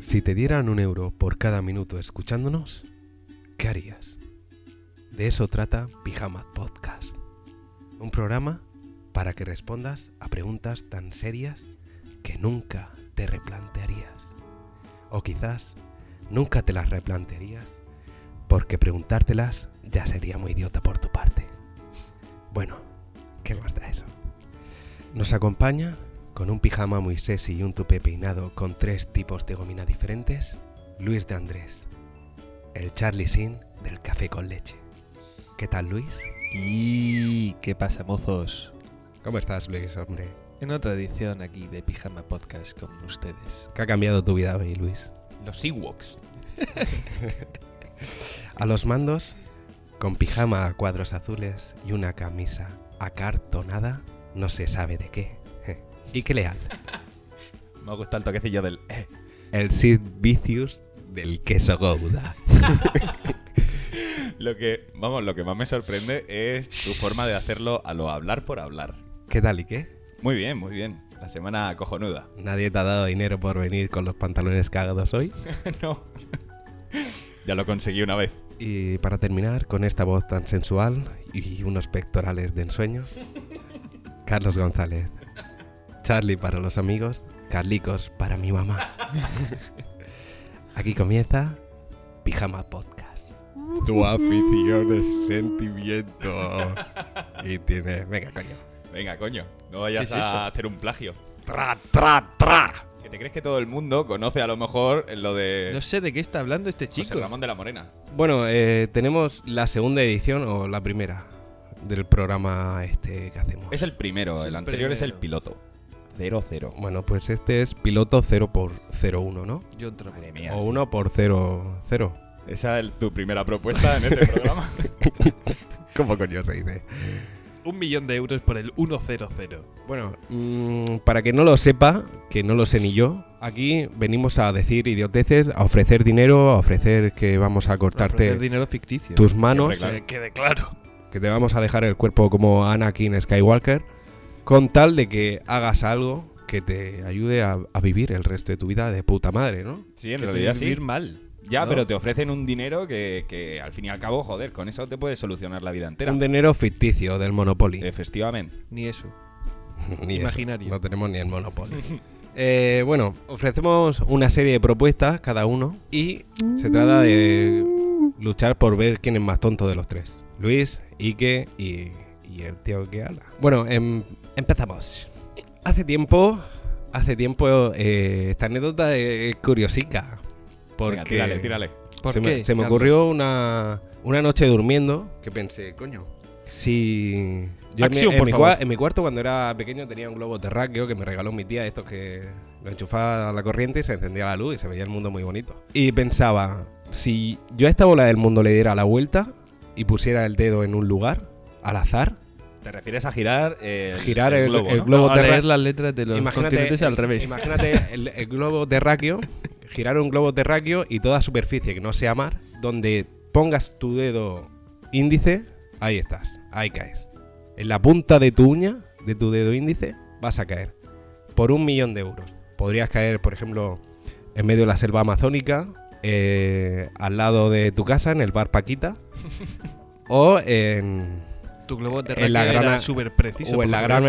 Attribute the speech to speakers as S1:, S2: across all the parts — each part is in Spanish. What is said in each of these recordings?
S1: Si te dieran un euro por cada minuto escuchándonos, ¿qué harías? De eso trata Pijama Podcast, un programa para que respondas a preguntas tan serias que nunca te replantearías. O quizás nunca te las replantearías porque preguntártelas ya sería muy idiota por tu parte. Bueno, ¿qué más da eso? Nos acompaña con un pijama muy sexy y un tupé peinado con tres tipos de gomina diferentes, Luis de Andrés, el Charlie Sin del café con leche. ¿Qué tal, Luis?
S2: ¿Y qué pasa, mozos?
S1: ¿Cómo estás, Luis, hombre?
S2: En otra edición aquí de Pijama Podcast con ustedes.
S1: ¿Qué ha cambiado tu vida hoy, Luis?
S3: Los Ewoks.
S1: A los mandos, con pijama a cuadros azules y una camisa acartonada, no se sabe de qué. Y qué leal,
S3: Me ha gustado el toquecillo del... eh.
S1: el Sid Vicious del queso Gouda.
S3: Lo que, vamos, lo que más me sorprende es tu forma de hacerlo a lo hablar por hablar.
S1: ¿Qué tal y qué?
S3: Muy bien, muy bien. La semana cojonuda.
S1: ¿Nadie te ha dado dinero por venir con los pantalones cagados hoy?
S3: no. ya lo conseguí una vez.
S1: Y para terminar, con esta voz tan sensual y unos pectorales de ensueños, Carlos González. Charlie para los amigos, Carlicos para mi mamá. Aquí comienza Pijama Podcast. Tu afición es sentimiento. Y tiene... Venga, coño.
S3: Venga, coño. No vayas
S2: ¿Qué es eso?
S3: a hacer un plagio.
S1: Tra, tra, tra.
S3: Que te crees que todo el mundo conoce a lo mejor lo
S1: Eh.
S3: de...
S2: No sé de qué está hablando este
S3: José
S2: chico.
S3: Ramón de la Morena.
S1: Bueno, eh, tenemos la segunda edición o la primera del programa este que hacemos.
S3: Es el primero,
S2: Es
S3: el,
S2: el
S3: anterior es el
S2: primero.
S3: piloto. 0 cero.
S1: Bueno, pues este es piloto 0 por 01, ¿no?
S2: John Travolta.
S3: Madre mía.
S1: o
S3: sí.
S1: 1 por 0, 0.
S3: Esa es tu primera propuesta en este programa.
S1: ¿Cómo coño se dice?
S2: Un millón de euros por el 100.
S1: Bueno, mm, para que no lo sepa, que no lo sé ni yo, aquí venimos a decir idioteces, a ofrecer dinero, a ofrecer que vamos a
S2: Ofrecer
S1: cortarte
S2: dinero ficticio.
S1: tus manos,
S3: Claro.
S2: Que quede claro.
S1: que te vamos a dejar el cuerpo como Anakin Skywalker, con tal de que hagas algo que te ayude a, a vivir el resto de tu vida de puta madre, ¿no?
S3: sí, en
S2: Que
S3: realidad
S2: te
S3: sí.
S2: vivir mal.
S3: Ya,
S2: ¿no?
S3: pero te ofrecen un dinero que, que al fin y al cabo, joder, con eso te puedes solucionar la vida entera.
S1: Un dinero ficticio del Monopoly.
S3: Efectivamente.
S2: Ni eso.
S1: Ni eso.
S2: Imaginario.
S1: No tenemos ni el Monopoly. Eh, bueno, ofrecemos una serie de propuestas cada uno y se trata de luchar por ver quién es más tonto de los tres. Luis, Ike y, y el tío que habla. Bueno, em- empezamos. Hace tiempo, hace tiempo, eh, esta anécdota es curiosica. Porque
S3: Venga, tírale, tírale.
S2: ¿Por
S1: se,
S2: qué,
S1: me, se me
S2: Carlos?
S1: ocurrió una, una noche durmiendo que pensé, coño, si... Yo en mi-
S2: Acción,
S1: en,
S2: por
S1: mi,
S2: favor.
S1: cua- en mi cuarto cuando era pequeño tenía un globo terráqueo que me regaló mi tía, estos que lo enchufaba a la corriente y se encendía la luz y se veía el mundo muy bonito. Y pensaba, si yo a esta bola del mundo le diera la vuelta y pusiera el dedo en un lugar, al azar,
S3: ¿Te refieres a girar eh, el,
S1: Girar el-
S3: globo?
S1: el
S3: ¿no?
S1: globo
S2: Vamos a
S1: terra-
S2: leer las letras de los continentes al revés.
S1: Imagínate el, el globo terráqueo, girar un globo terráqueo y toda superficie que no sea mar, donde pongas tu dedo índice, ahí estás, ahí caes. En la punta de tu uña, de tu dedo índice, vas a caer. Por un millón de euros. Podrías caer, por ejemplo, en medio de la selva amazónica, eh, al lado de tu casa, en el bar Paquita, o en,
S2: Tu globo
S1: en la
S2: terráqueo
S1: grana-
S2: era súper preciso.
S1: o, en la gran,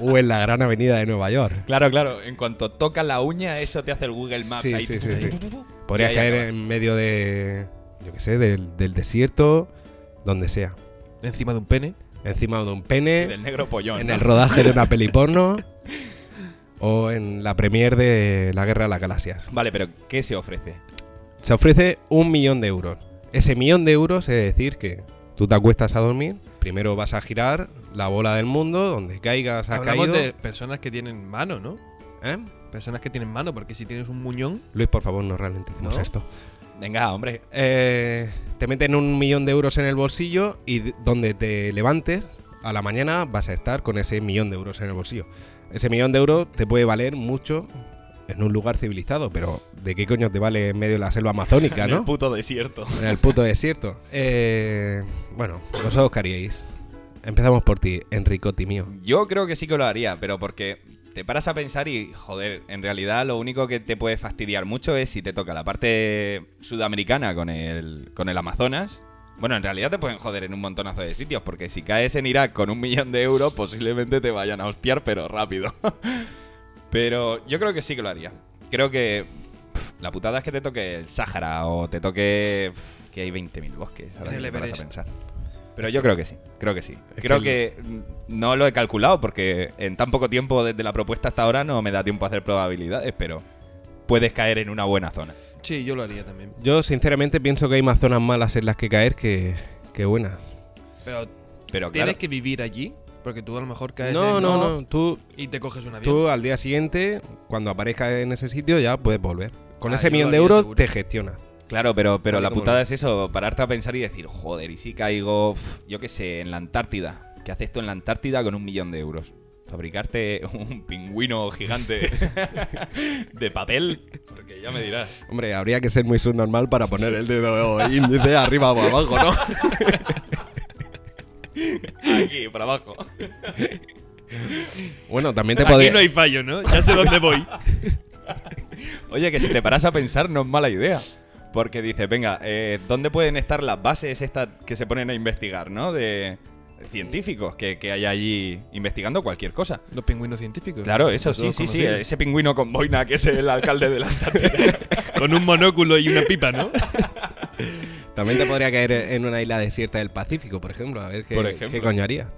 S1: o en la gran avenida de Nueva York.
S3: Claro, claro. En cuanto toca la uña, eso te hace el Google Maps
S1: Sí,
S3: ahí.
S1: sí, sí, sí.
S3: Y
S1: Podrías
S3: ahí
S1: caer
S3: acabas.
S1: en medio de, yo qué sé, del, del desierto, donde sea.
S2: Encima de un pene.
S1: Encima de un
S3: Sí,
S1: pene,
S3: del negro pollón.
S1: en
S3: ¿no?
S1: el rodaje de una peli porno o en la premier de La Guerra de las Galaxias.
S3: Vale, pero ¿qué se ofrece?
S1: Se ofrece un millón de euros. Ese millón de euros es decir que tú te acuestas a dormir, primero vas a girar la bola del mundo, donde caigas ha
S2: Hablamos
S1: caído.
S2: de personas que tienen mano, ¿no?
S1: ¿Eh?
S2: Personas que tienen mano, porque si tienes un muñón,
S1: Luis, por favor, no ralenticemos
S2: ¿No?
S1: esto.
S3: Venga, hombre.
S1: Eh, te meten un millón de euros en el bolsillo y d- donde te levantes a la mañana vas a estar con ese millón de euros en el bolsillo. Ese millón de euros te puede valer mucho en un lugar civilizado, pero ¿de qué coño te vale en medio de la selva amazónica,
S3: En el
S1: no?
S3: puto desierto.
S1: En el puto desierto. Eh, bueno, vosotros qué haríais. Empezamos por ti, Enricotti mío.
S3: Yo creo que sí que lo haría, pero porque te paras a pensar y, joder, en realidad lo único que te puede fastidiar mucho es si te toca la parte sudamericana con el, con el Amazonas. Bueno, en realidad te pueden joder en un montonazo de sitios, porque si caes en Irak con un millón de euros, posiblemente te vayan a hostiar, pero rápido. pero yo creo que sí que lo haría. Creo que pf, la putada es que te toque el Sáhara o te toque pf, que hay 20.000 bosques. Ahora
S1: En el
S3: que te paras
S1: Everest.
S3: a pensar. Pero yo creo que sí, creo que sí.
S1: Es
S3: creo
S1: que
S3: que, mm, no lo he calculado porque en tan poco tiempo desde la propuesta hasta ahora no me da tiempo a hacer probabilidades, pero puedes caer en una buena zona.
S2: Sí, yo lo haría también.
S1: Yo sinceramente pienso que hay más zonas malas en las que caer que, que buenas.
S2: Pero
S3: Pero claro,
S2: tienes que vivir allí, porque tú a lo mejor caes
S1: No,
S2: en
S1: no,
S2: Noa
S1: no. Tú,
S2: y te coges un avión.
S1: tú al día siguiente, cuando aparezcas en ese sitio, ya puedes volver. Con
S2: Ah, yo
S1: ese
S2: lo
S1: millón de
S2: haría
S1: euros
S2: seguro.
S1: te gestiona.
S3: claro, pero, pero
S1: Tal y
S3: la
S1: como
S3: putada
S1: lo-
S3: es eso, pararte a pensar y decir, joder, y si caigo, pf, yo qué sé, en la Antártida. ¿Qué haces tú en la Antártida con un millón de euros? Fabricarte un pingüino gigante de papel, porque ya me dirás.
S1: Hombre, habría que ser muy subnormal para poner el dedo índice arriba o abajo, ¿no?
S3: Aquí, para abajo.
S1: Bueno, también te
S2: Aquí
S1: podría...
S2: no hay fallo, ¿no? Ya sé dónde voy.
S3: Oye, que si te paras a pensar no es mala idea. Porque dices, venga, eh, ¿dónde pueden estar las bases estas que se ponen a investigar, no? De científicos que, que hay allí investigando cualquier cosa.
S2: Los pingüinos científicos.
S3: Claro, eso,
S2: Los
S3: sí,
S2: todos
S3: sí, sí.
S2: conocidos.
S3: Ese pingüino con boina que es el alcalde de la Antártida.
S2: Con un monóculo y una pipa, ¿no?
S1: También te podría caer en una isla desierta del Pacífico, por ejemplo. A ver qué,
S3: Por ejemplo.
S1: qué coño haría.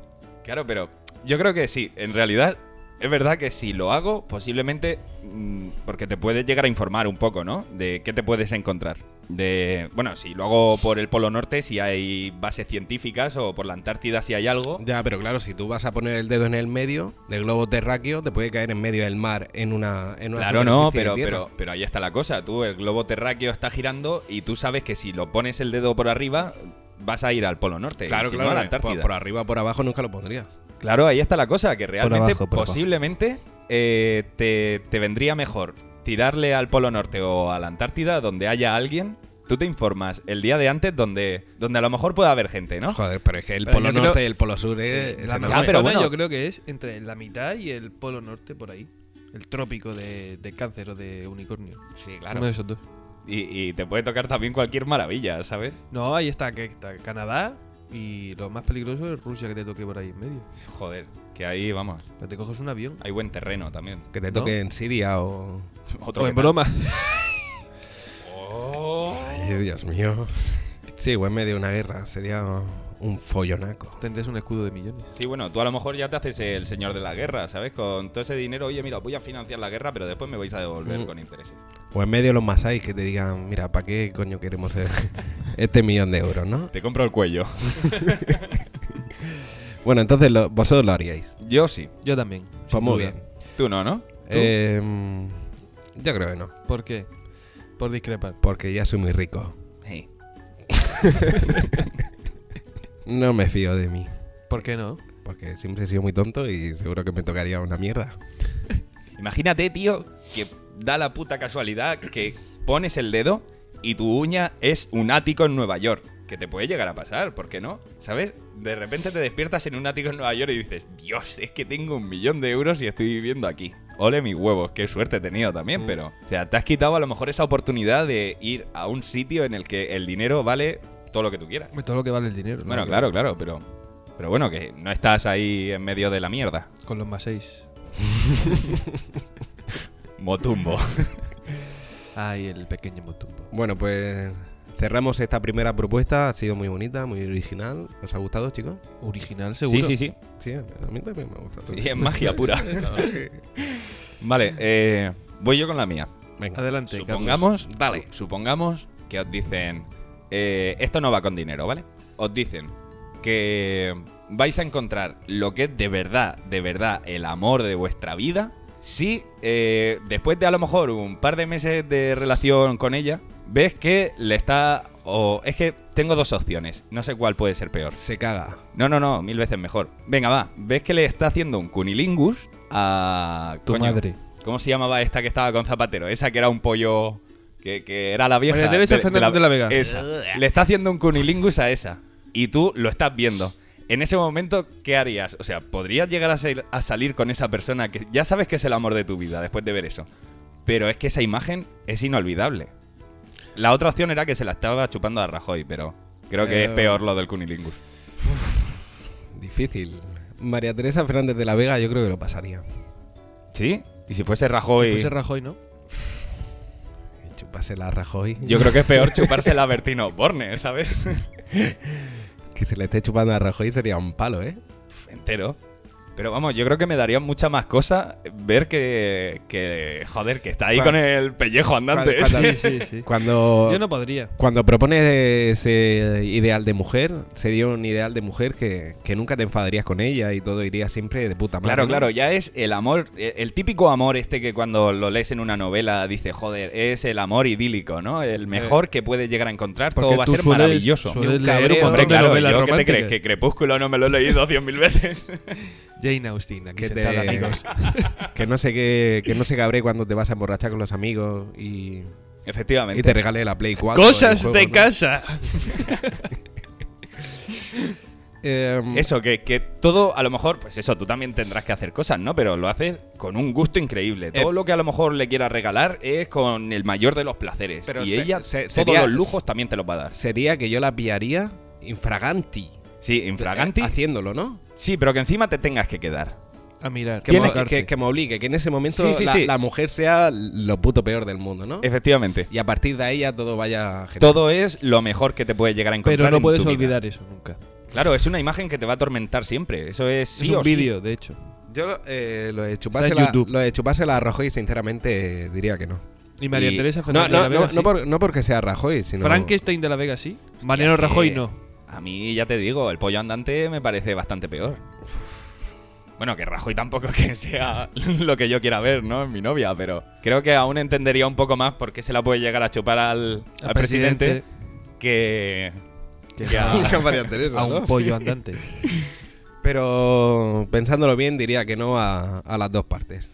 S3: Claro, pero yo creo que sí. En realidad, es verdad que si lo hago, posiblemente. mm, Porque te puedes llegar a informar un poco, ¿no? De qué te puedes encontrar. De. Bueno, si lo hago por el Polo Norte, si hay bases científicas, o por la Antártida, si hay algo.
S1: Ya, pero claro, si tú vas a poner el dedo en el medio del globo terráqueo, te puede caer en medio del mar en una. En una
S3: Claro, no,
S1: superficie de
S3: pero,
S1: tierra.
S3: pero, pero ahí está la cosa. Tú, el globo terráqueo está girando y tú sabes que si lo pones el dedo por arriba, vas a ir al Polo Norte. y
S1: Claro,
S3: si no,
S1: claro.
S3: a la
S1: por-
S3: Antártida.
S1: Por, arriba, por abajo nunca lo pondrías.
S3: Claro, ahí está la cosa, que realmente,
S2: abajo, por abajo.
S3: posiblemente, eh, te, te vendría mejor tirarle al Polo Norte o a la Antártida, donde haya alguien. Tú te informas el día de antes donde, donde a lo mejor pueda haber gente, ¿no?
S1: Joder, pero es que el
S2: Ah. Pero
S1: polo
S2: yo creo-
S1: norte y el polo sur es.
S2: Sí,
S1: es
S2: la
S1: enorme.
S2: mejor
S3: Ah, pero
S2: zona
S3: bueno.
S2: yo creo que es entre la mitad y el polo norte por ahí. El trópico de, de cáncer o de unicornio.
S1: Sí,
S2: Uno
S1: claro.
S2: de esos dos.
S3: Y, y te puede tocar también cualquier maravilla, ¿sabes?
S2: No, ahí está, que está Canadá y lo más peligroso es Rusia que te toque por ahí en medio.
S3: Joder, que ahí, vamos,
S2: Pero te coges un avión.
S3: hay buen terreno también.
S1: Que te
S2: ¿No?
S1: toque en Siria o.
S3: Otro
S2: o Pues
S3: que
S2: en
S3: tal.
S2: broma.
S3: Oh.
S1: Ay, Dios mío. Sí, o en medio de una guerra. Sería un follonaco.
S2: Tendrías un escudo de millones.
S3: Sí, bueno, tú a lo mejor ya te haces el señor de la guerra, ¿sabes? Con todo ese dinero, oye, mira, voy a financiar la guerra, pero después me vais a devolver
S1: Mm.
S3: con intereses.
S1: O en medio de los masáis que te digan, mira, ¿para qué coño queremos el- este millón de euros, no?
S3: Te compro el cuello.
S1: Bueno, entonces lo- vosotros lo haríais.
S3: Yo sí.
S2: Yo también. sin
S1: Pues muy
S2: duda.
S1: bien.
S3: Tú no, ¿no?
S1: Eh, yo creo que no,
S2: ¿Por qué? Por discrepar.
S1: porque ya soy muy rico.
S3: Sí.
S1: No me fío de mí,
S2: ¿Por qué no?
S1: porque siempre he sido muy tonto y seguro que me tocaría una mierda.
S3: Imagínate, tío, que da la puta casualidad que pones el dedo y tu uña es un ático en Nueva York. Que te puede llegar a pasar, ¿por qué no? ¿Sabes? De repente te despiertas en un ático en Nueva York y dices, Dios, es que tengo un millón de euros y estoy viviendo aquí. Ole mis huevos, qué suerte he tenido también, pero... O sea, te has quitado a lo mejor esa oportunidad de ir a un sitio en el que el dinero vale todo lo que tú quieras.
S2: Hombre, Todo lo que vale el dinero. ¿no?
S3: Bueno, claro, claro, pero... Pero bueno, que no estás ahí en medio de la mierda.
S2: Con los más seis.
S3: Motumbo.
S2: Ay, Ah, el pequeño motumbo.
S1: Bueno, pues cerramos esta primera propuesta, ha sido muy bonita, muy original. ¿Os ha gustado, chicos?
S2: Original, seguro.
S3: Sí, sí, sí.
S1: Sí, a mí también me ha gustado.
S3: Sí, es magia pura. Vale, eh, voy yo con la mía.
S1: Venga.
S2: Adelante, Carlos.
S3: supongamos, vale, supongamos que os dicen, eh, esto no va con dinero, ¿vale? Os dicen que vais a encontrar lo que es de verdad, de verdad, el amor de vuestra vida. Si eh, después de a lo mejor un par de meses de relación con ella, ves que le está... O es que tengo dos opciones, no sé cuál puede ser peor.
S1: Se caga.
S3: No, no, no, mil veces mejor. Venga, va, ves que le está haciendo un cunilingus a...
S2: Tu
S3: coño,
S2: madre.
S3: ¿Cómo se llamaba esta que estaba con Zapatero? Esa que era un pollo. Que, que era la vieja.
S2: María Teresa Fernández de la Vega.
S3: Esa. Le está haciendo un cunilingus a esa. Y tú lo estás viendo. en ese momento, ¿qué harías? O sea, ¿podrías llegar a, sal- a salir con esa persona que ya sabes que es el amor de tu vida después de ver eso? Pero es que esa imagen es inolvidable. La otra opción era que se la estaba chupando a Rajoy, pero creo que es
S1: Eh,
S3: peor lo del Cunilingus.
S1: Difícil. María Teresa Fernández de la Vega yo creo que lo pasaría.
S3: ¿Sí? Y si fuese Rajoy,
S2: Si fuese Rajoy, ¿no?
S1: Chupásela a Rajoy.
S3: yo creo que es peor chupársela a Bertino Borne, ¿sabes?
S1: Que se le esté chupando a Rajoy sería un palo, ¿eh?
S3: entero. Pero vamos, yo creo que me daría mucha más cosa ver que, que joder, que está ahí
S1: Cuando-
S3: con el pellejo andante.
S1: cuando-
S3: ese.
S2: Sí, sí, sí.
S1: Cuando...
S2: Yo no podría.
S1: Cuando propones ese ideal de mujer, sería un ideal de mujer que, que nunca te enfadarías con ella y todo iría siempre de puta madre.
S3: Claro,
S1: ¿no?
S3: claro, ya es el amor, eh, el típico amor este que cuando lo lees en una novela dice, joder, es el amor idílico, ¿no? El mejor que puedes llegar a encontrar,
S2: Eh, Porque
S3: todo va a
S2: tú
S3: ser
S2: sueles-
S3: maravilloso.
S2: sueles
S1: Ni un
S2: leer un
S1: cabreo,
S2: montón
S3: Hombre,
S2: de
S3: claro,
S2: novelas
S3: yo, ¿qué te crees?
S2: románticas.
S3: Que Crepúsculo no me lo he leído cien mil veces.
S2: Jane Austen, aquí
S1: Que, te-
S2: sentada, amigos.
S1: que no sé qué, que no se cabre cuando te vas a emborrachar con los amigos y,
S3: Efectivamente.
S1: y te regale la Play 4. el
S2: Cosas
S1: juego,
S2: de
S1: ¿no?
S2: casa.
S1: Em,
S3: Eso, que, que todo, a lo mejor, pues eso, tú también tendrás que hacer cosas, ¿no? Pero lo haces con un gusto increíble. Todo
S1: Eh,
S3: lo que a lo mejor le quieras regalar es con el mayor de los placeres.
S1: Pero
S3: y
S1: se-
S3: ella,
S1: se-
S3: todos
S1: sería-
S3: los lujos también te los va a dar.
S1: Sería que yo la pillaría infraganti.
S3: Sí,
S1: eh,
S3: infraganti.
S1: Haciéndolo, ¿no?
S3: Sí, pero que encima te tengas que quedar.
S2: A mirar.
S1: Que, me-
S2: tocarte.
S1: que- que me obligue, que en ese momento
S3: Sí, sí,
S1: la,
S3: sí.
S1: la mujer sea lo puto peor del mundo, ¿no?
S3: Efectivamente.
S1: Y a partir de ahí ya todo vaya genial.
S3: Todo es lo mejor que te puede llegar a encontrar.
S2: Pero no
S3: en
S2: puedes
S3: tu vida.
S2: olvidar eso nunca.
S3: Claro, es una imagen que te va a atormentar siempre. Eso es sí
S2: es un
S3: o sí.
S2: vídeo, de hecho.
S1: Yo eh, lo, de
S2: Está en
S1: chupársela,
S2: YouTube.
S1: lo de chupársela a Rajoy, sinceramente, eh, diría que no.
S2: Y María
S3: Y-
S2: Teresa
S1: No,
S2: Fernández de
S1: no,
S2: la Vega.
S1: no,
S2: sí.
S1: no por- no porque sea Rajoy, sino.
S2: Frankenstein de la Vega, sí. Mariano
S3: que-
S2: Rajoy, no.
S3: A mí, ya te digo, el pollo andante me parece bastante peor. Bueno, que Rajoy tampoco es que sea lo que yo quiera ver, ¿no? En mi novia, pero creo que aún entendería un poco más por qué se la puede llegar a chupar al,
S2: Al
S3: al presidente, que...
S2: que
S3: que a-
S1: Con María Teresa,
S2: a un
S1: ¿no?
S2: pollo andante.
S1: Pero pensándolo bien, diría que no a, a las dos partes.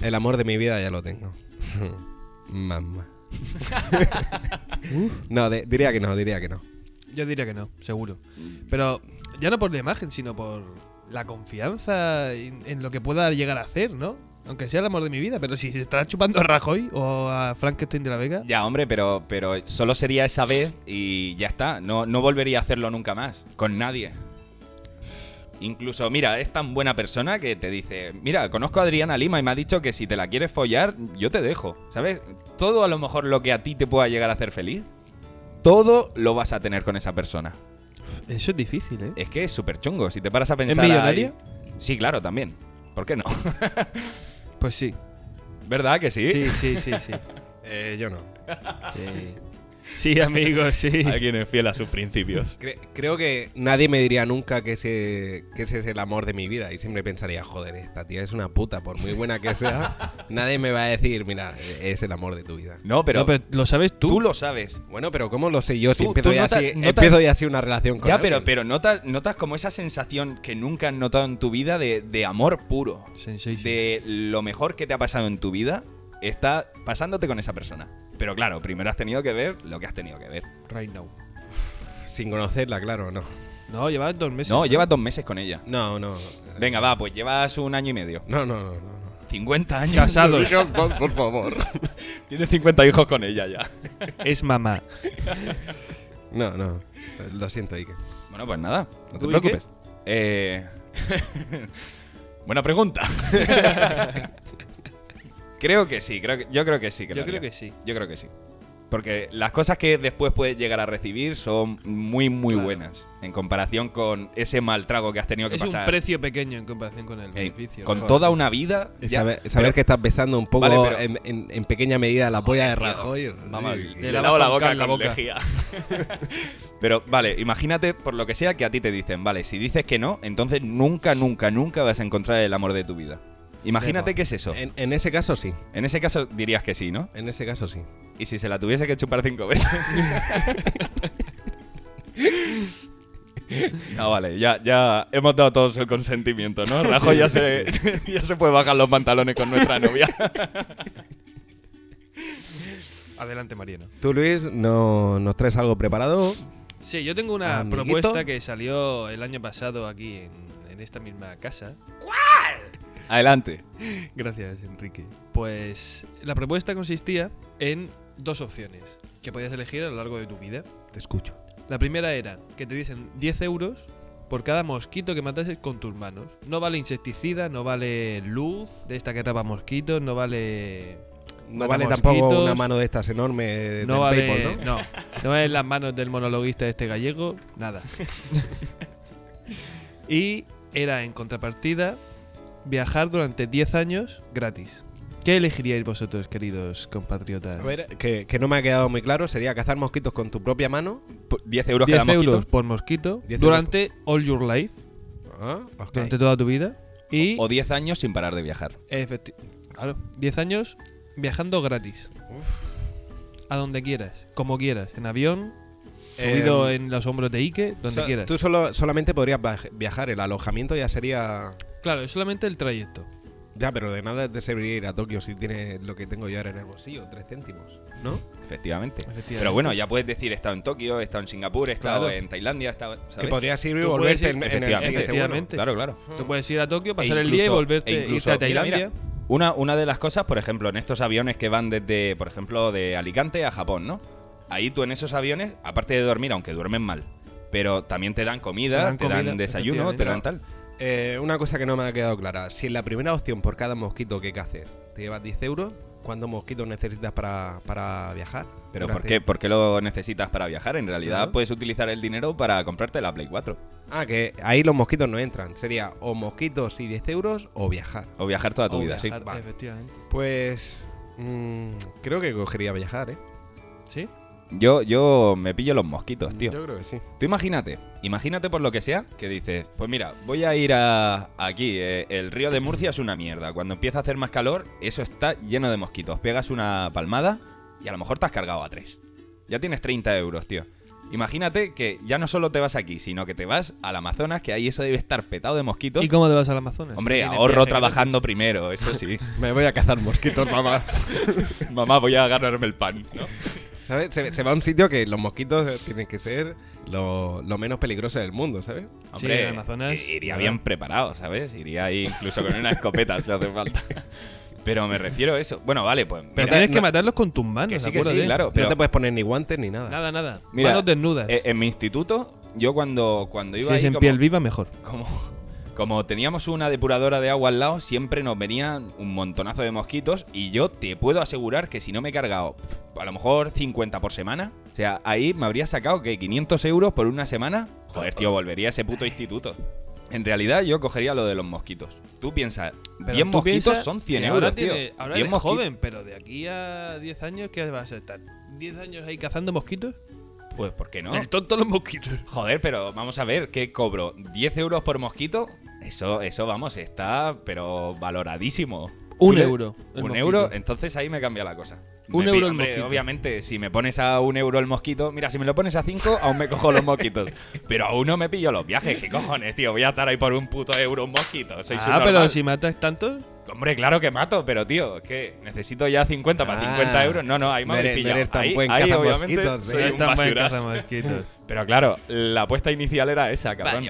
S1: El amor de mi vida ya lo tengo. Mamá. no, de- diría que no, diría que no.
S2: Yo diría que no, seguro. Pero ya no por la imagen, sino por la confianza en, en lo que pueda llegar a hacer, ¿no? Aunque sea el amor de mi vida, pero si estás chupando a Rajoy o a Frankenstein de la Vega,
S3: Ya, hombre, pero, pero solo sería esa vez y ya está. No, no volvería a hacerlo nunca más, con nadie. Incluso, mira, es tan buena persona que te dice, mira, conozco a Adriana Lima y me ha dicho que si te la quieres follar, yo te dejo. ¿Sabes? Todo a lo mejor lo que a ti te pueda llegar a hacer feliz, todo lo vas a tener con esa persona.
S2: eso es difícil, ¿eh?
S3: Es que es súper chungo, si te paras a pensar...
S2: millonaria?
S3: ahí- Sí, claro, también. ¿Por qué no?
S2: Pues sí.
S3: ¿Verdad que sí?
S2: Sí, sí, sí, sí.
S1: Eh, yo no.
S2: Sí, Sí, amigos, sí.
S3: Alguien es fiel a sus principios.
S1: creo que nadie me diría nunca que ese, que ese es el amor de mi vida. Y siempre pensaría, joder, esta tía es una puta, por muy buena que sea. nadie me va a decir, mira, es el amor de tu vida.
S3: No, pero,
S2: No, pero lo sabes tú.
S3: tú lo sabes.
S1: Bueno, pero ¿cómo lo sé yo si
S3: Tú-
S1: empiezo,
S3: tú
S1: ya
S3: notas-
S1: así,
S3: notas-
S1: empiezo ya así una relación con
S3: Ya,
S1: alguien?
S3: pero, pero notas, notas como esa sensación que nunca has notado en tu vida de, de amor puro.
S2: Sensation.
S3: De lo mejor que te ha pasado en tu vida está pasándote con esa persona. Pero claro, primero has tenido que ver lo que has tenido que ver.
S2: Right now.
S1: Sin conocerla, claro, no.
S2: No, llevas dos meses.
S3: No, llevas dos meses con ella.
S1: No, no.
S3: Venga, va, pues llevas un año y medio.
S1: No, no, no. no.
S3: 50 años.
S2: Casados.
S1: por, favor.
S3: Tienes 50 hijos con ella ya.
S2: Es mamá.
S1: No, no. Lo siento, Ike.
S3: Bueno, pues nada, no te
S2: ¿Tú y qué?
S3: preocupes. Eh, Buena pregunta. creo que sí, creo que- yo creo que sí. que
S2: Yo
S3: lo
S2: creo
S3: haría.
S2: que sí.
S3: Yo creo que sí. Porque las cosas que después puedes llegar a recibir son muy, muy buenas. En comparación con ese mal trago que has tenido que
S2: Es un
S3: pasar.
S2: precio pequeño en comparación con el
S3: Eh,
S2: beneficio.
S3: con
S2: ¿no?
S3: toda una vida. ya-
S1: saber saber
S3: pero-
S1: que estás besando un poco
S3: Vale, pero-
S1: en, en- en pequeña medida la polla de Rajoy.
S3: Mamá,
S1: Sí.
S3: le
S2: la
S3: lavo la
S2: boca
S3: boca
S2: en la
S3: con
S2: boca.
S3: lejía. Pero vale, imagínate por lo que sea que a ti te dicen, vale, si dices que no, entonces nunca, nunca, nunca vas a encontrar el amor de tu vida. Imagínate
S2: Venga.
S3: que es eso.
S1: En, en ese caso sí.
S3: En ese caso dirías que sí, ¿no?
S1: En ese caso sí.
S3: Y si se la tuviese que chupar cinco veces. No, vale, ya, ya hemos dado todos el consentimiento, ¿no? Rajoy ya se, ya se puede bajar los pantalones con nuestra novia.
S2: Adelante, Mariano.
S1: Tú, Luis, no, nos traes algo preparado.
S2: Sí, yo tengo una
S1: Amiguito.
S2: propuesta que salió el año pasado aquí en, en esta misma casa.
S3: Adelante.
S2: Gracias, Enrique. Pues la propuesta consistía en dos opciones que podías elegir a lo largo de tu vida.
S1: Te escucho.
S2: La primera era que te dicen 10 euros por cada mosquito que matases con tus manos. No vale insecticida, no vale luz de esta que tapa mosquitos, no vale.
S1: No
S2: mata
S1: vale tampoco
S2: mosquitos,
S1: una mano de estas enorme
S2: No
S1: del
S2: vale.
S1: Paypal, ¿no?
S2: ¿no? no, es las manos del monologuista este gallego, nada. y era en contrapartida viajar durante 10 años gratis. ¿Qué elegiríais vosotros, queridos compatriotas?
S1: A ver, que, que no me ha quedado muy claro, sería cazar mosquitos con tu propia mano.
S3: P- 10 euros cada
S2: 10
S3: mosquito.
S2: euros por mosquito
S1: 10 euros
S2: durante all your life,
S1: Ah, ok.
S2: durante toda tu vida. Y
S3: O 10 años sin parar de viajar.
S2: Efecti- claro, 10 años viajando gratis. A donde quieras, como quieras, en avión, subido
S1: Eh,
S2: en los hombros de Ike, donde
S1: so-
S2: quieras.
S1: Tú solo, solamente podrías baj- viajar, el alojamiento ya sería...
S2: Claro, es solamente el trayecto.
S1: Ya, pero de nada te serviría ir a Tokio si tienes lo que tengo yo ahora en el bolsillo, tres céntimos, ¿no?
S3: Efectivamente.
S2: Efectivamente.
S3: Pero bueno, ya puedes decir, he estado en Tokio, he estado en Singapur, he estado
S2: Claro.
S3: en Tailandia, he estado... ¿sabes?
S1: Que podrías ir y
S2: Tú puedes
S1: volverte
S2: ir-
S1: en, en el
S3: Efectivamente.
S1: siguiente vuelo.
S2: Efectivamente.
S3: Claro, claro.
S2: Tú puedes ir a Tokio, pasar
S3: E
S2: el día y
S3: incluso-
S2: volverte
S3: e incluso-
S2: irte a
S3: mira, mira,
S2: Tailandia.
S3: una, una de las cosas, por ejemplo, en estos aviones que van desde, por ejemplo, de Alicante a Japón, ¿no? Ahí tú en esos aviones, aparte de dormir, aunque duermen mal, pero también te dan comida,
S2: Te
S3: te
S2: dan
S3: dan,
S2: comida,
S3: desayuno, te dan
S2: efectivamente.
S3: tal.
S1: Eh, una cosa que no me ha quedado clara. Si en la primera opción por cada mosquito que caces te llevas 10 euros, ¿cuántos mosquitos necesitas para, para viajar?
S3: Pero
S1: Durante-
S3: ¿por qué, ¿por qué lo necesitas para viajar? En realidad
S2: Claro.
S3: puedes utilizar el dinero para comprarte la Play 4
S1: Ah, que ahí los mosquitos no entran. Sería o mosquitos y 10 euros o viajar.
S3: o viajar toda tu
S2: O
S3: vida.
S2: viajar,
S1: sí, va.
S2: efectivamente.
S1: Pues... mm, creo que cogería viajar, ¿eh?
S2: ¿Sí?
S3: Yo, yo me pillo los mosquitos, tío.
S1: Yo creo que sí.
S3: Tú imagínate, imagínate por lo que sea, que dices, pues mira, voy a ir a aquí, eh, el río de Murcia es una mierda, cuando empieza a hacer más calor, eso está lleno de mosquitos, pegas una palmada y a lo mejor te has cargado a tres. Ya tienes 30 euros, tío. Imagínate que ya no solo te vas aquí, sino que te vas al Amazonas, que ahí eso debe estar petado de mosquitos.
S2: ¿Y cómo te vas al Amazonas?
S3: Hombre,
S2: Tienes
S3: ahorro
S2: viaje
S3: trabajando primero, eso sí.
S1: Me voy a cazar mosquitos, mamá.
S3: Mamá, voy a ganarme el pan. ¿no?
S1: ¿Sabes? Se, se va a un sitio que los mosquitos eh, tienen que ser lo, lo menos peligroso del mundo, ¿sabes?
S3: Hombre,
S2: el Amazonas,
S3: i- iría
S2: claro.
S3: bien preparado, ¿sabes? Iría ahí incluso con una escopeta si hace falta. Pero me refiero a eso. Bueno, vale, pues.
S2: gratis. Pero
S3: mira,
S2: tienes que
S1: no-
S2: matarlos con tus manos,
S3: que sí, que sí,
S2: acuérdate.
S3: claro. Pero
S1: no te puedes poner ni guantes ni nada.
S2: Nada, nada.
S3: Mira,
S2: manos desnudas.
S3: eh, en mi instituto, yo cuando, cuando
S2: si
S3: iba
S2: es
S3: ahí
S2: en
S3: como,
S2: piel viva, mejor.
S3: como, como teníamos una depuradora de agua al lado, siempre nos venían un montonazo de mosquitos. Y yo te puedo asegurar que si no me he cargado pf, a lo mejor 50 por semana, o sea, ahí me habría sacado que 500 euros por una semana. Joder, tío, volvería a ese puto instituto. En realidad, yo cogería lo de los mosquitos. Tú piensas, 10
S2: tú
S3: mosquitos
S2: piensas
S3: son
S2: que
S3: 100
S2: ahora
S3: euros, tío.
S2: tiene- ahora
S3: 10
S2: eres
S3: mosqui-
S2: joven, pero de aquí a 10 años, ¿qué vas a estar? ¿10 años ahí cazando mosquitos?
S3: Pues, ¿por qué no?
S2: El tonto los mosquitos.
S3: Joder, pero vamos a ver, ¿qué cobro? ¿10 euros por mosquito? Eso, eso vamos, está, pero valoradísimo.
S2: Un
S3: Tú le-
S2: euro, el
S3: Un
S2: mosquito.
S3: euro, entonces ahí me cambia la cosa.
S2: Un
S3: Me
S2: euro
S3: pi-
S2: el
S3: hombre,
S2: mosquito.
S3: Obviamente, si me pones a un euro el mosquito, mira, si me lo pones a cinco, aún me cojo los mosquitos. Pero a uno me pillo los viajes, ¿qué cojones, tío? Voy a estar ahí por un puto euro un mosquito. Soy
S2: ah,
S3: subnormal.
S2: pero si matas tantos,
S3: Hombre, claro que mato, pero tío, es que necesito ya 50 para 50
S1: Ah,
S3: euros. No, no, ahí
S1: no
S3: me habéis
S1: eres- no
S3: pillado.
S1: eres tan
S3: ahí,
S1: buen
S3: ahí,
S1: cazamosquitos,
S2: eh.
S3: obviamente,
S1: sí.
S3: soy
S1: No
S3: un
S2: están mal
S3: basuras.
S2: cazando mosquitos.
S3: Pero claro, la apuesta inicial era esa, cabrón.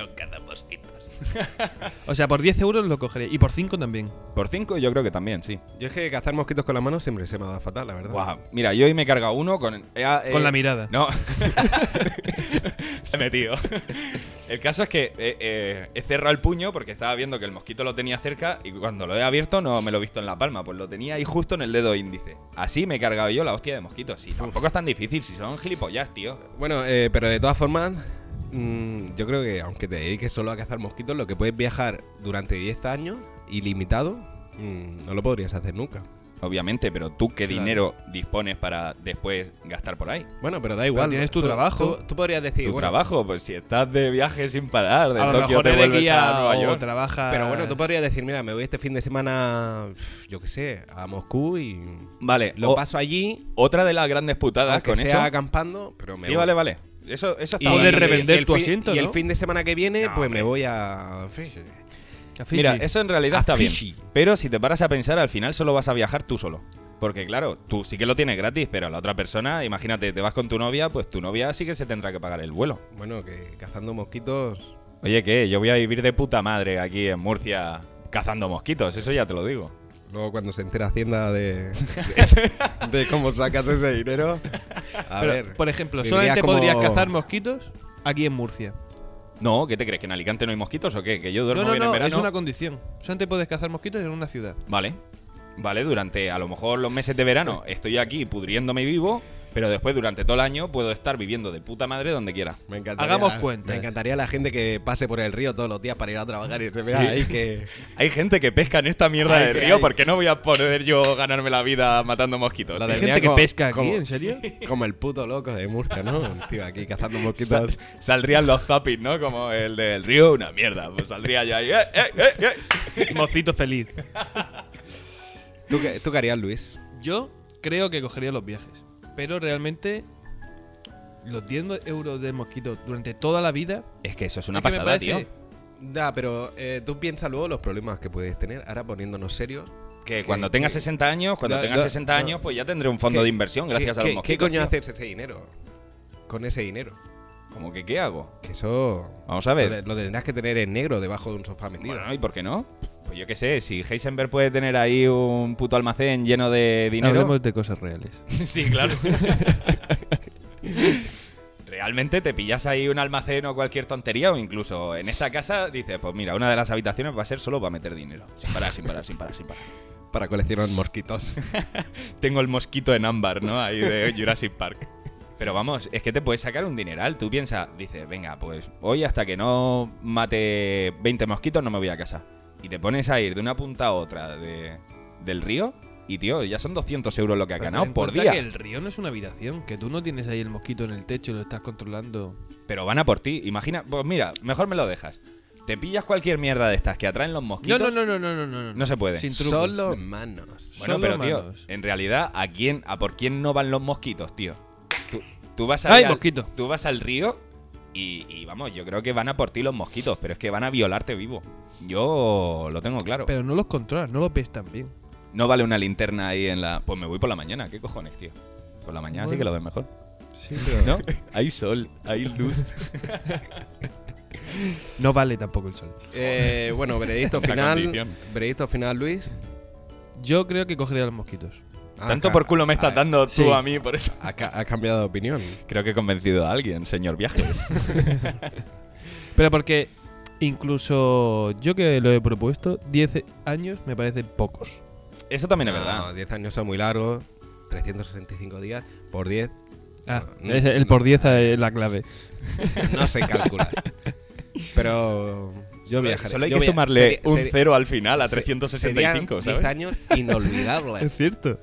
S2: O sea, por 10 euros lo cogeré. Y por 5 también.
S3: Por 5 yo creo que también, sí.
S1: Yo es que cazar mosquitos con la mano siempre se me ha dado fatal, la verdad.
S3: Guau. Mira, yo hoy me he cargado uno con... eh, ah, eh,
S2: Con la mirada.
S3: No. Se metió. El caso es que eh, eh, he cerrado el puño porque estaba viendo que el mosquito lo tenía cerca y cuando lo he abierto no me lo he visto en la palma, pues lo tenía ahí justo en el dedo índice. Así me he cargado yo la hostia de mosquitos. Sí, tampoco es tan difícil, si son gilipollas, tío.
S1: Bueno, eh, pero de todas formas, mm, yo creo que aunque te dediques solo a cazar mosquitos, lo que puedes viajar durante 10 años, ilimitado, mm, no lo podrías hacer nunca.
S3: Obviamente, pero tú qué
S2: Claro.
S3: dinero dispones para después gastar por ahí.
S1: Bueno, pero da igual.
S2: tienes tu
S1: Tú-
S2: trabajo.
S1: Tú, tú podrías decir,
S3: tu
S1: bueno,
S3: trabajo, pues si estás de viaje sin parar, de
S2: a lo
S3: Tokio
S2: mejor
S3: te
S2: eres
S3: vuelves
S2: guía
S3: a Nueva
S2: o
S3: York.
S2: trabaja.
S1: Pero bueno, tú podrías decir, mira, me voy este fin de semana, pf, yo qué sé, a Moscú y
S3: Vale,
S1: lo
S3: o-
S1: paso allí,
S3: otra de las grandes putadas
S1: aunque
S3: con
S1: sea
S3: eso.
S1: acampando, pero me
S3: Sí,
S1: voy.
S3: vale, vale. Eso, eso está
S2: Y-
S3: bien.
S2: Poder revender
S1: y el
S2: tu
S1: fin-
S2: asiento,
S1: Y el
S2: ¿no?
S1: fin de semana que viene,
S3: No,
S1: pues
S3: hombre.
S1: me voy a...
S2: A Fiji.
S3: Mira, eso en realidad
S1: A
S3: está bien.
S1: Fiji.
S3: Pero si te paras a pensar, al final solo vas a viajar tú solo. Porque claro, tú sí que lo tienes gratis, pero la otra persona, imagínate, te vas con tu novia, pues tu novia sí que se tendrá que pagar el vuelo.
S1: Bueno, que cazando mosquitos.
S3: Oye, ¿qué? Yo voy a vivir de puta madre aquí en Murcia cazando mosquitos, eso ya te lo digo.
S1: Luego cuando se entera Hacienda de, de, de cómo sacas ese dinero. A
S2: Pero,
S1: ver.
S2: por ejemplo,
S1: viviría
S2: solamente
S1: como-
S2: podrías cazar mosquitos aquí en Murcia.
S3: No, ¿qué te crees? ¿Que en Alicante no hay mosquitos o qué? Que yo
S2: No,
S3: duermo
S2: no,
S3: bien en
S2: no, es
S3: verano.
S2: una condición. Solamente puedes cazar mosquitos en una ciudad.
S3: Vale, vale, durante a lo mejor los meses de verano estoy aquí pudriéndome vivo, pero después durante todo el año puedo estar viviendo de puta madre donde quiera.
S1: Me encantaría,
S2: Hagamos cuentas.
S1: Me encantaría la gente que pase por el río todos los días para ir a trabajar y se vea
S3: Sí.
S1: ahí que.
S3: Hay gente que pesca en esta mierda
S1: Ay,
S3: de
S1: que
S3: río,
S1: hay.
S3: ¿por qué no voy a poder yo ganarme la vida matando mosquitos?
S1: La
S2: Hay
S1: del
S2: gente
S1: día
S2: que
S1: como-
S2: pesca aquí,
S1: como-
S2: ¿en serio?
S1: Como el puto loco de Murcia, ¿no? Un Tío, aquí cazando
S3: Sal-
S1: mosquitos.
S3: saldrían los zappings, ¿no? Como el del río, una mierda. Pues saldría yo ahí. ¡Eh, eh, eh, eh!
S2: Mosquito feliz.
S1: ¿Tú, qué- ¿Tú qué harías, Luis?
S2: Yo creo que cogería los viajes. Pero realmente, los 10 euros de mosquito durante toda la vida.
S3: Es que eso es una
S2: es que me
S3: pasada,
S2: parece-
S3: tío.
S1: Ya, pero eh, tú piensas luego los problemas que puedes tener. Ahora poniéndonos serios.
S3: Que cuando
S1: que-
S3: tenga 60 años, cuando
S1: No,
S3: tenga
S1: no,
S3: 60
S1: no.
S3: años, pues ya tendré un fondo
S1: ¿Qué-
S3: de inversión gracias
S1: ¿Qué-
S3: a los
S1: qué-
S3: mosquitos.
S1: ¿Qué coño
S3: tío.
S1: haces ese dinero? Con ese dinero.
S3: Como que, ¿qué hago?
S1: Que eso.
S3: Vamos Ah, a
S1: Lo,
S3: ver.
S1: de- lo tendrás que tener en negro debajo de un sofá metido.
S3: Bueno, ¿y por qué no? Pues yo qué sé, si Heisenberg puede tener ahí un puto almacén lleno de dinero.
S2: Hablemos de cosas reales.
S3: sí, claro. Realmente te pillas ahí un almacén o cualquier tontería, o incluso en esta casa dices, pues mira, una de las habitaciones va a ser solo para meter dinero. Sin parar, sin parar, sin parar, sin parar.
S1: Para coleccionar mosquitos.
S3: Tengo el mosquito en ámbar, ¿no? Ahí de Jurassic Park. Pero vamos, es que te puedes sacar un dineral. Tú piensas, dices, venga, pues hoy hasta que no mate 20 mosquitos no me voy a casa. Y te pones a ir de una punta a otra de- del río y, tío, ya son 200 euros lo que has
S2: Pero ten
S3: ganado
S2: en
S3: por
S2: cuenta
S3: día.
S2: que el río no es una habitación, que tú no tienes ahí el mosquito en el techo y lo estás controlando.
S3: Pero van a por ti. Imagina, pues mira, mejor me lo dejas. Te pillas cualquier mierda de estas que atraen los
S2: No,
S3: mosquitos.
S2: no, no, no, no, no, no.
S3: No se puede.
S2: Sin truco.
S1: Solo manos.
S3: Bueno,
S2: Solo
S3: pero tío,
S2: manos.
S3: en realidad, ¿a quién, a por quién no van los mosquitos, tío? Tú, tú vas
S2: Ay,
S3: al-
S2: mosquito.
S3: Tú vas al río y, y vamos, yo creo que van a por ti los mosquitos, pero es que van a violarte vivo. Yo lo tengo claro.
S2: Pero no los controlas, no los ves tan bien.
S3: No vale una linterna ahí en la. Pues me voy por la mañana, ¿qué cojones, tío? Por la mañana sí
S2: Bueno.
S3: que lo ves mejor.
S2: Sí,
S3: ¿No? hay sol, hay luz.
S2: No vale tampoco el sol.
S1: Eh, bueno, veredicto
S3: La
S1: final.
S3: condición.
S1: Veredicto final, Luis.
S2: Yo creo que cogería los mosquitos.
S1: Ah,
S3: Tanto
S1: ca-
S3: por culo me estás
S1: ah,
S3: dando tú
S2: sí.
S3: a mí por eso.
S1: Ha, ca- ha cambiado de opinión.
S3: Creo que he convencido a alguien, señor Viajes.
S2: Pero porque incluso yo que lo he propuesto, 10 años me parecen pocos.
S3: Eso también es
S1: No,
S3: verdad.
S1: 10 años son muy largos. 365 días por 10.
S2: Ah,
S1: No,
S2: es- el
S1: no.
S2: por 10 es la clave.
S1: No sé calcular. Pero yo
S3: Solo-
S1: viajaré.
S3: Solo hay
S1: Yo
S3: que
S1: via-
S3: sumarle
S1: sería-
S3: un
S1: sería-
S3: cero al final a
S1: se- serían
S3: 365, ¿sabes?
S1: 10 años inolvidables.
S2: cierto.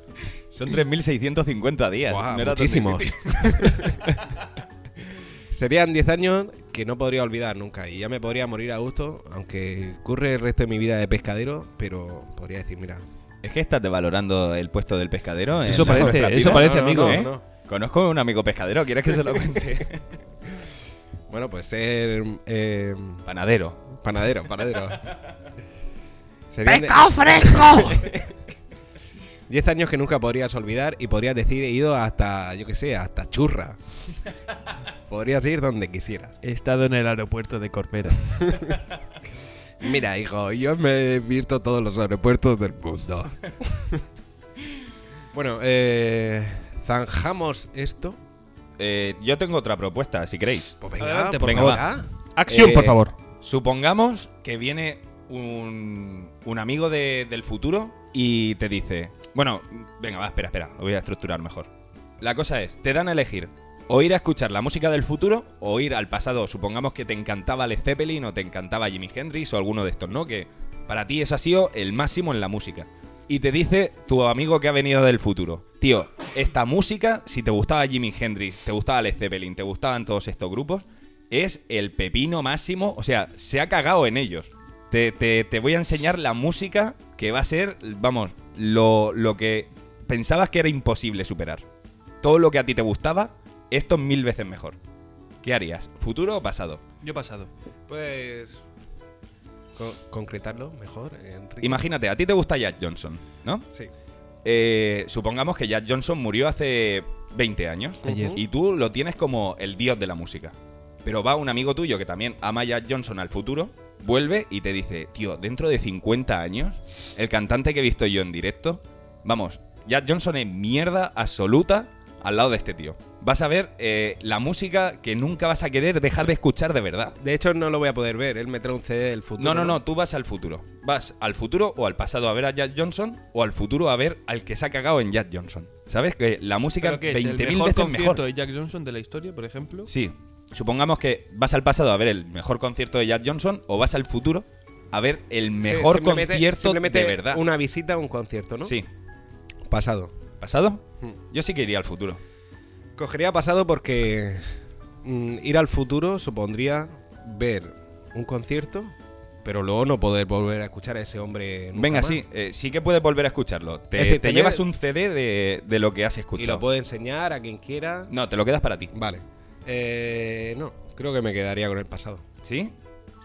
S3: Son 3.650 días.
S1: Buah,
S3: No era tan
S1: muchísimos.
S3: difícil.
S1: Serían 10 años que no podría olvidar nunca. Y ya me podría morir a gusto, aunque ocurre el resto de mi vida de pescadero. Pero podría decir, mira.
S3: Es que estás devalorando el puesto del pescadero. en
S2: Eso
S3: la-
S2: parece,
S3: nuestra
S2: eso
S3: vida.
S2: parece,
S1: No, no,
S2: amigo.
S1: no,
S3: ¿Eh?
S1: no.
S3: Conozco a un amigo pescadero, ¿quieres que se lo cuente?
S1: Bueno, pues ser. eh,
S3: Panadero.
S1: panadero, panadero. Serían de-
S4: ¡Pescado fresco!
S1: 10 años que nunca podrías olvidar y podrías decir he ido hasta, yo qué sé, hasta churra. podrías ir donde quisieras.
S2: He estado en el aeropuerto de Corbera.
S1: Mira, hijo, yo me he visto todos los aeropuertos del mundo. bueno, eh, zanjamos esto.
S3: Eh, yo tengo otra propuesta, si queréis.
S1: Pues venga,
S2: Adelante,
S1: por
S3: venga,
S1: favor.
S3: va.
S1: Ah,
S2: Acción,
S3: Eh,
S2: por favor.
S3: Supongamos que viene un, un amigo de- del futuro y te dice... Bueno, venga, va, espera, espera. Lo voy a estructurar mejor. La cosa es, te dan a elegir o ir a escuchar la música del futuro o ir al pasado. Supongamos que te encantaba Led Zeppelin o te encantaba Jimi Hendrix o alguno de estos, ¿no? Que para ti eso ha sido el máximo en la música. Y te dice tu amigo que ha venido del futuro. Tío, esta música, si te gustaba Jimi Hendrix, te gustaba Led Zeppelin, te gustaban todos estos grupos, es el pepino máximo. O sea, se ha cagado en ellos. Te, te- te voy a enseñar la música que va a ser, vamos, lo, lo que pensabas que era imposible superar. Todo lo que a ti te gustaba, esto es mil veces mejor. ¿Qué harías? ¿Futuro o pasado?
S2: Yo he pasado.
S1: Pues... co- concretarlo mejor, Enrique.
S3: Imagínate, a ti te gusta Jack Johnson, ¿no?
S1: Sí.
S3: eh, supongamos que Jack Johnson murió hace 20 años
S2: Ayer.
S3: y tú lo tienes como el dios de la música. Pero va un amigo tuyo que también ama a Jack Johnson al futuro, vuelve y te dice, tío, dentro de 50 años, el cantante que he visto yo en directo, vamos, Jack Johnson es mierda absoluta al lado de este tío. Vas a ver eh, la música que nunca vas a querer dejar de escuchar de verdad.
S1: De hecho, no lo voy a poder ver. Él me trae un CD del futuro.
S3: No, no, no, tú vas al futuro. Vas al futuro o al pasado a ver a Jack Johnson o al futuro a ver al que se ha cagado en Jack Johnson. ¿Sabes? Que la música
S2: ¿Pero qué es? ¿El
S3: 20.000
S2: mejor
S3: veces
S2: concierto
S3: mejor.
S2: de Jack Johnson de la historia, por ejemplo?
S3: Sí. Supongamos que vas al pasado a ver el mejor concierto de Jack Johnson o vas al futuro a ver el
S1: Sí,
S3: mejor
S1: simplemente-
S3: concierto
S1: simplemente
S3: de verdad.
S1: Una visita a un concierto, ¿no?
S3: Sí.
S1: Pasado.
S3: ¿Pasado?
S1: Hmm.
S3: Yo sí que iría al futuro.
S1: Cogería pasado porque mm, ir al futuro supondría ver un concierto, pero luego no poder volver a escuchar a ese hombre. nunca
S3: Venga,
S1: más.
S3: sí, eh, sí que puedes volver a escucharlo. Te,
S1: Es decir,
S3: te
S1: tener-
S3: llevas un CD de, de lo que has
S1: Y lo
S3: escuchado.
S1: puedo enseñar a quien quiera.
S3: No, te lo quedas para ti.
S1: Vale. Eh, no, creo que me quedaría con el pasado.
S3: ¿Sí?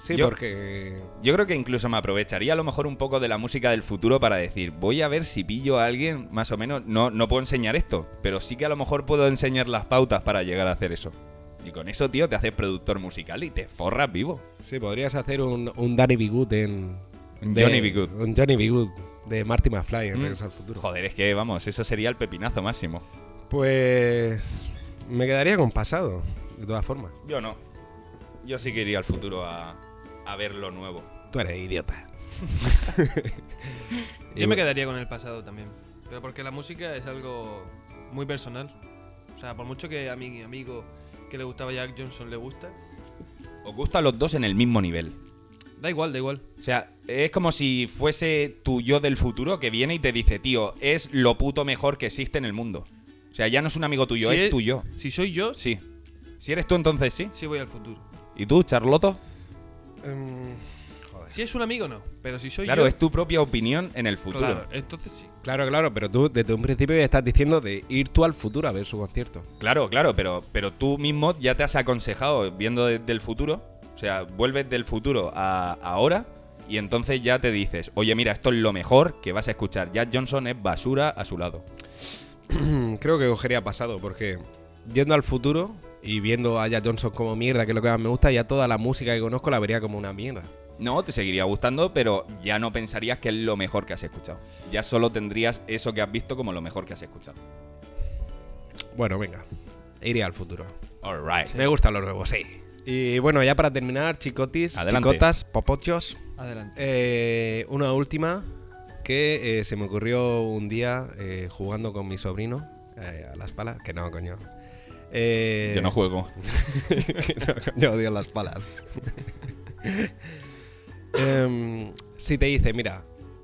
S1: Sí,
S3: Yo-
S1: porque.
S3: Yo creo que incluso me aprovecharía a lo mejor un poco de la música del futuro para decir, voy a ver si pillo a alguien, más o menos, no, no puedo enseñar esto, pero sí que a lo mejor puedo enseñar las pautas para llegar a hacer eso. Y con eso, tío, te haces productor musical y te forras vivo.
S1: Sí, podrías hacer un, un Danny B. Good en.
S3: Un
S1: de-
S3: Johnny B. Good.
S1: Un Johnny B. Good de Marty McFly en
S3: Mm.
S1: Regreso al Futuro.
S3: Joder, es que, vamos, eso sería el pepinazo máximo.
S1: Pues. Me quedaría con pasado, de todas formas.
S3: Yo no. Yo sí que iría al futuro a, a ver lo nuevo.
S1: Tú eres idiota.
S2: Yo me quedaría con el pasado también. Pero porque la música es algo muy personal. O sea, por mucho que a mi amigo que le gustaba Jack Johnson le gusta,
S3: Os gustan los dos en el mismo nivel.
S2: da igual, da igual.
S3: O sea, es como si fuese tu yo del futuro que viene y te dice, tío, es lo puto mejor que existe en el mundo. O sea, ya no es un amigo tuyo,
S2: Si
S3: es,
S2: es-
S3: tu yo.
S2: Si soy yo, sí,
S3: Sí. Si eres tú, entonces sí.
S2: voy al futuro.
S3: ¿Y tú, Charloto?
S1: Em,
S2: Si es un amigo, no. Pero si soy
S3: Claro,
S2: yo.
S3: es tu propia opinión en el futuro.
S2: Claro, entonces sí.
S1: claro, claro, pero tú desde un principio ya estás diciendo de ir tú al futuro a ver su concierto.
S3: Claro, claro, pero, pero tú mismo ya te has aconsejado viendo desde el futuro. O sea, vuelves del futuro a ahora y entonces ya te dices, oye, mira, esto es lo mejor que vas a escuchar. Jack Johnson es basura a su lado.
S1: Creo que cogería pasado, porque yendo al futuro y viendo a Jack Johnson como mierda, que es lo que más me gusta, ya toda la música que conozco la vería como una mierda.
S3: No, te seguiría gustando, pero ya no pensarías que es lo mejor que has escuchado. Ya solo tendrías eso que has visto como lo mejor que has escuchado.
S1: Bueno, venga, iría al futuro.
S3: Alright.
S1: Me gusta lo nuevo, sí. Y bueno, ya para terminar, chicotis,
S3: Adelante.
S1: chicotas, popochos,
S2: Adelante.
S1: eh, una última que eh, se me ocurrió un día eh, jugando con mi sobrino eh, a las palas, que no, coño. Eh,
S3: Yo no juego.
S1: Que no, yo odio las palas. Em, si te dice, mira,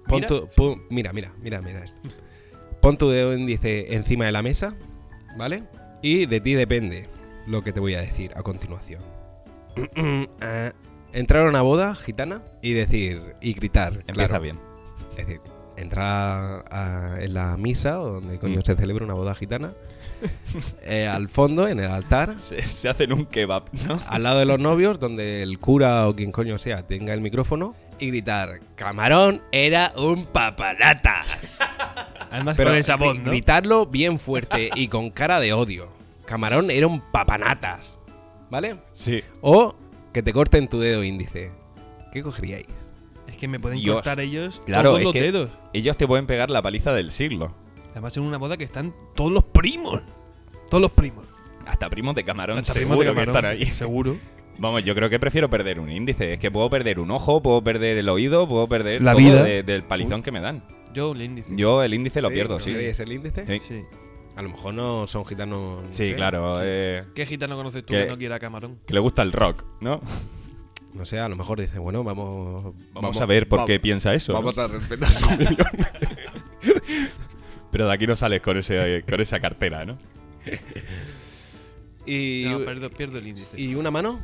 S1: pon
S2: ¿Mira?
S1: tu- pon- mira, mira, mira, mira esto. Pon tu dedo índice encima de la mesa, ¿vale? Y de ti depende lo que te voy a decir a continuación. Ah, Entrar a una boda gitana y decir, y gritar.
S3: Empieza
S1: claro.
S3: bien.
S1: Es decir, entrar a- en la misa o donde coño
S3: Mm.
S1: se celebra una boda gitana. eh, al fondo, en el altar,
S3: Se, se hacen un kebab, ¿no?
S1: al lado de los novios, donde el cura o quien coño sea tenga el micrófono y gritar, camarón era un papalata.
S2: Además, con esa voz,
S1: gri-
S2: ¿no?
S1: gritarlo bien fuerte y con cara de odio. Camarón era un papanatas. ¿Vale?
S3: Sí.
S1: O que te corten tu dedo índice. ¿Qué cogeríais?
S2: Es que me pueden
S3: Dios.
S2: cortar ellos
S3: Claro,
S2: todos
S3: es
S2: los
S3: que-
S2: dedos.
S3: Ellos te pueden pegar la paliza del siglo.
S2: Además, en una boda que están todos los primos. Todos los primos.
S3: Hasta primos de camarón
S2: Hasta primos
S3: seguro
S2: de
S3: que
S2: camarón,
S3: están ahí.
S2: Seguro.
S3: Vamos, yo creo que prefiero perder un índice. Es que puedo perder un ojo, puedo perder el oído, puedo perder
S2: La
S3: todo
S2: vida.
S3: de- del palizón que me dan.
S2: Yo, el índice.
S3: Yo eh. el índice lo pierdo, sí.
S1: ¿Cogeríais el índice?
S3: Sí,
S2: Sí.
S1: A lo mejor no son gitanos. no
S3: Sí,
S1: sé,
S3: claro. eh,
S2: ¿Qué gitano conoces tú
S3: ¿Qué?
S2: que no quiera camarón?
S3: que le gusta el rock, ¿no?
S1: No sé, a lo mejor dicen, bueno, vamos.
S3: Vamos, a ver por
S1: va-
S3: qué piensa eso. ¿no?
S1: Vamos a respetar su opinión.
S3: Pero de aquí no sales con, ese, con esa cartera, ¿no?
S1: Y,
S2: no, pierdo, pierdo el índice.
S1: ¿Y una mano?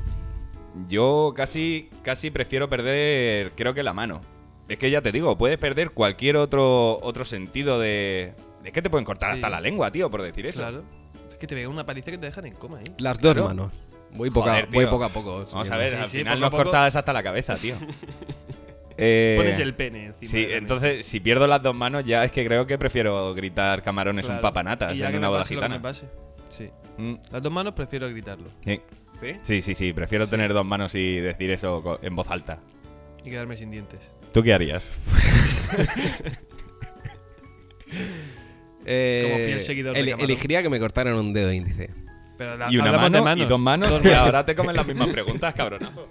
S3: Yo casi, casi prefiero perder, creo que la mano. Es que ya te digo, puedes perder cualquier otro, otro sentido de... Es que te pueden cortar
S2: Sí.
S3: hasta la lengua, tío, por decir eso.
S2: Claro. Es que te pegan una paliza que te dejan en coma, ¿eh?
S1: Las
S3: Claro.
S1: dos manos. Voy, poca-
S3: Joder, tío.
S1: voy poco a poco.
S3: Vamos
S1: sí,
S3: a ver,
S2: sí,
S3: al
S2: sí, poco
S3: final
S2: a
S3: nos
S2: poco.
S3: cortas hasta la cabeza, tío. Eh,
S2: Pones el pene encima.
S3: Sí,
S2: de la
S3: entonces si pierdo las dos manos ya es que creo que prefiero gritar
S2: mesa.
S3: camarones un
S2: Claro.
S3: papanatas
S2: Y ya
S3: en
S2: que
S3: una
S2: me
S3: boda
S2: pase lo que
S3: gitana.
S2: me pase. Sí.
S3: Mm,
S2: Las dos manos prefiero gritarlo
S3: sí.
S1: ¿Sí?
S3: sí, sí, sí, prefiero tener dos manos y decir eso co- en voz alta.
S2: y quedarme sin dientes.
S3: ¿Tú qué harías?
S2: Como fiel seguidor de Camarón.
S1: Eh, Elegiría que me cortaran un dedo índice.
S2: Pero la-
S3: y una
S2: hablamos
S3: mano
S2: de manos.
S3: y dos manos y ahora te comen las mismas preguntas, cabronazo.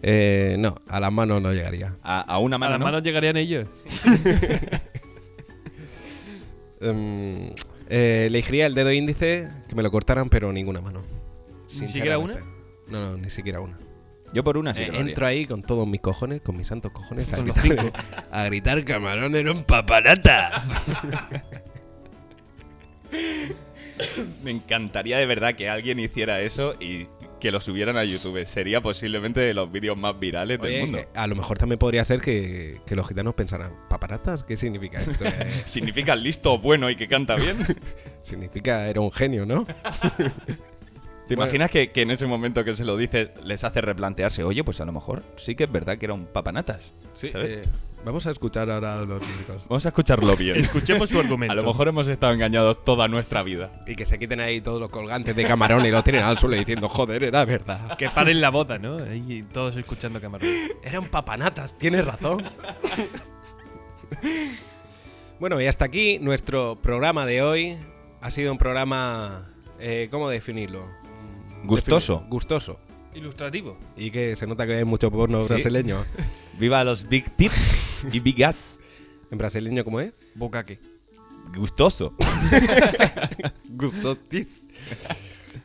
S1: Eh, no, a las manos no llegaría.
S3: A, a una
S2: A
S3: mano
S2: las
S3: no.
S2: manos llegarían ellos.
S1: Em, eh, elegiría el dedo índice, que me lo cortaran, pero ninguna mano.
S2: ¿Ni siquiera una?
S1: Sinceramente. No, no, ni siquiera una.
S3: Yo por una sí
S1: Eh,
S3: que lo haría.
S1: entro ahí con todos mis cojones, con mis santos cojones, a
S2: Con los
S1: gritar, a gritar camarón era un paparata.
S3: Me encantaría de verdad que alguien hiciera eso y que lo subieran a YouTube. Sería posiblemente de los vídeos más virales del
S1: Oye,
S3: mundo.
S1: eh, a lo mejor también podría ser que, que los gitanos pensaran, ¿paparatas? ¿Qué significa esto? Eh,
S3: Significa listo, bueno y que canta bien.
S1: significa era un genio, ¿no?
S3: ¿Te imaginas que, que en ese momento que se lo dices les hace replantearse? Oye, pues a lo mejor sí que es verdad que era un papanatas. ¿sabes?
S1: Eh, vamos a escuchar ahora a los músicos.
S3: Vamos a escucharlo bien.
S2: Escuchemos su argumento.
S3: A lo mejor hemos estado engañados toda nuestra vida.
S1: Y que se quiten ahí todos los colgantes de camarón y los tienen al suelo diciendo, joder, era verdad.
S2: Que paren la bota, ¿no? Ahí todos escuchando camarón.
S1: Eran papanatas, tienes razón. bueno, y hasta aquí nuestro programa de hoy. Ha sido un programa, eh, ¿cómo definirlo?
S3: Gustoso.
S1: Defini- gustoso.
S2: Ilustrativo.
S1: Y que se nota que hay mucho porno
S3: Sí.
S1: brasileño.
S3: Viva los Big Tits y Big Ass.
S1: ¿En brasileño cómo es?
S2: Bocaque.
S3: Gustoso.
S1: Gustotis.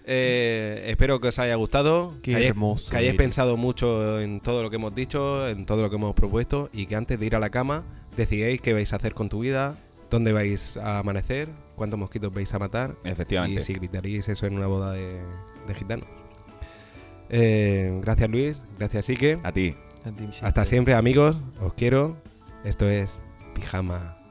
S1: Eh, espero que os haya gustado,
S2: Qué
S1: que hayáis,
S2: hermoso
S1: que hayáis
S2: eres.
S1: pensado mucho en todo lo que hemos dicho, en todo lo que hemos propuesto y que antes de ir a la cama decidáis qué vais a hacer con tu vida, dónde vais a amanecer, cuántos mosquitos vais a matar y
S3: Efectivamente.
S1: si gritaríais eso en una boda de, de gitanos. Eh, gracias Luis, gracias Ike.
S3: A ti.
S1: Hasta siempre amigos, os quiero. Esto es Pijama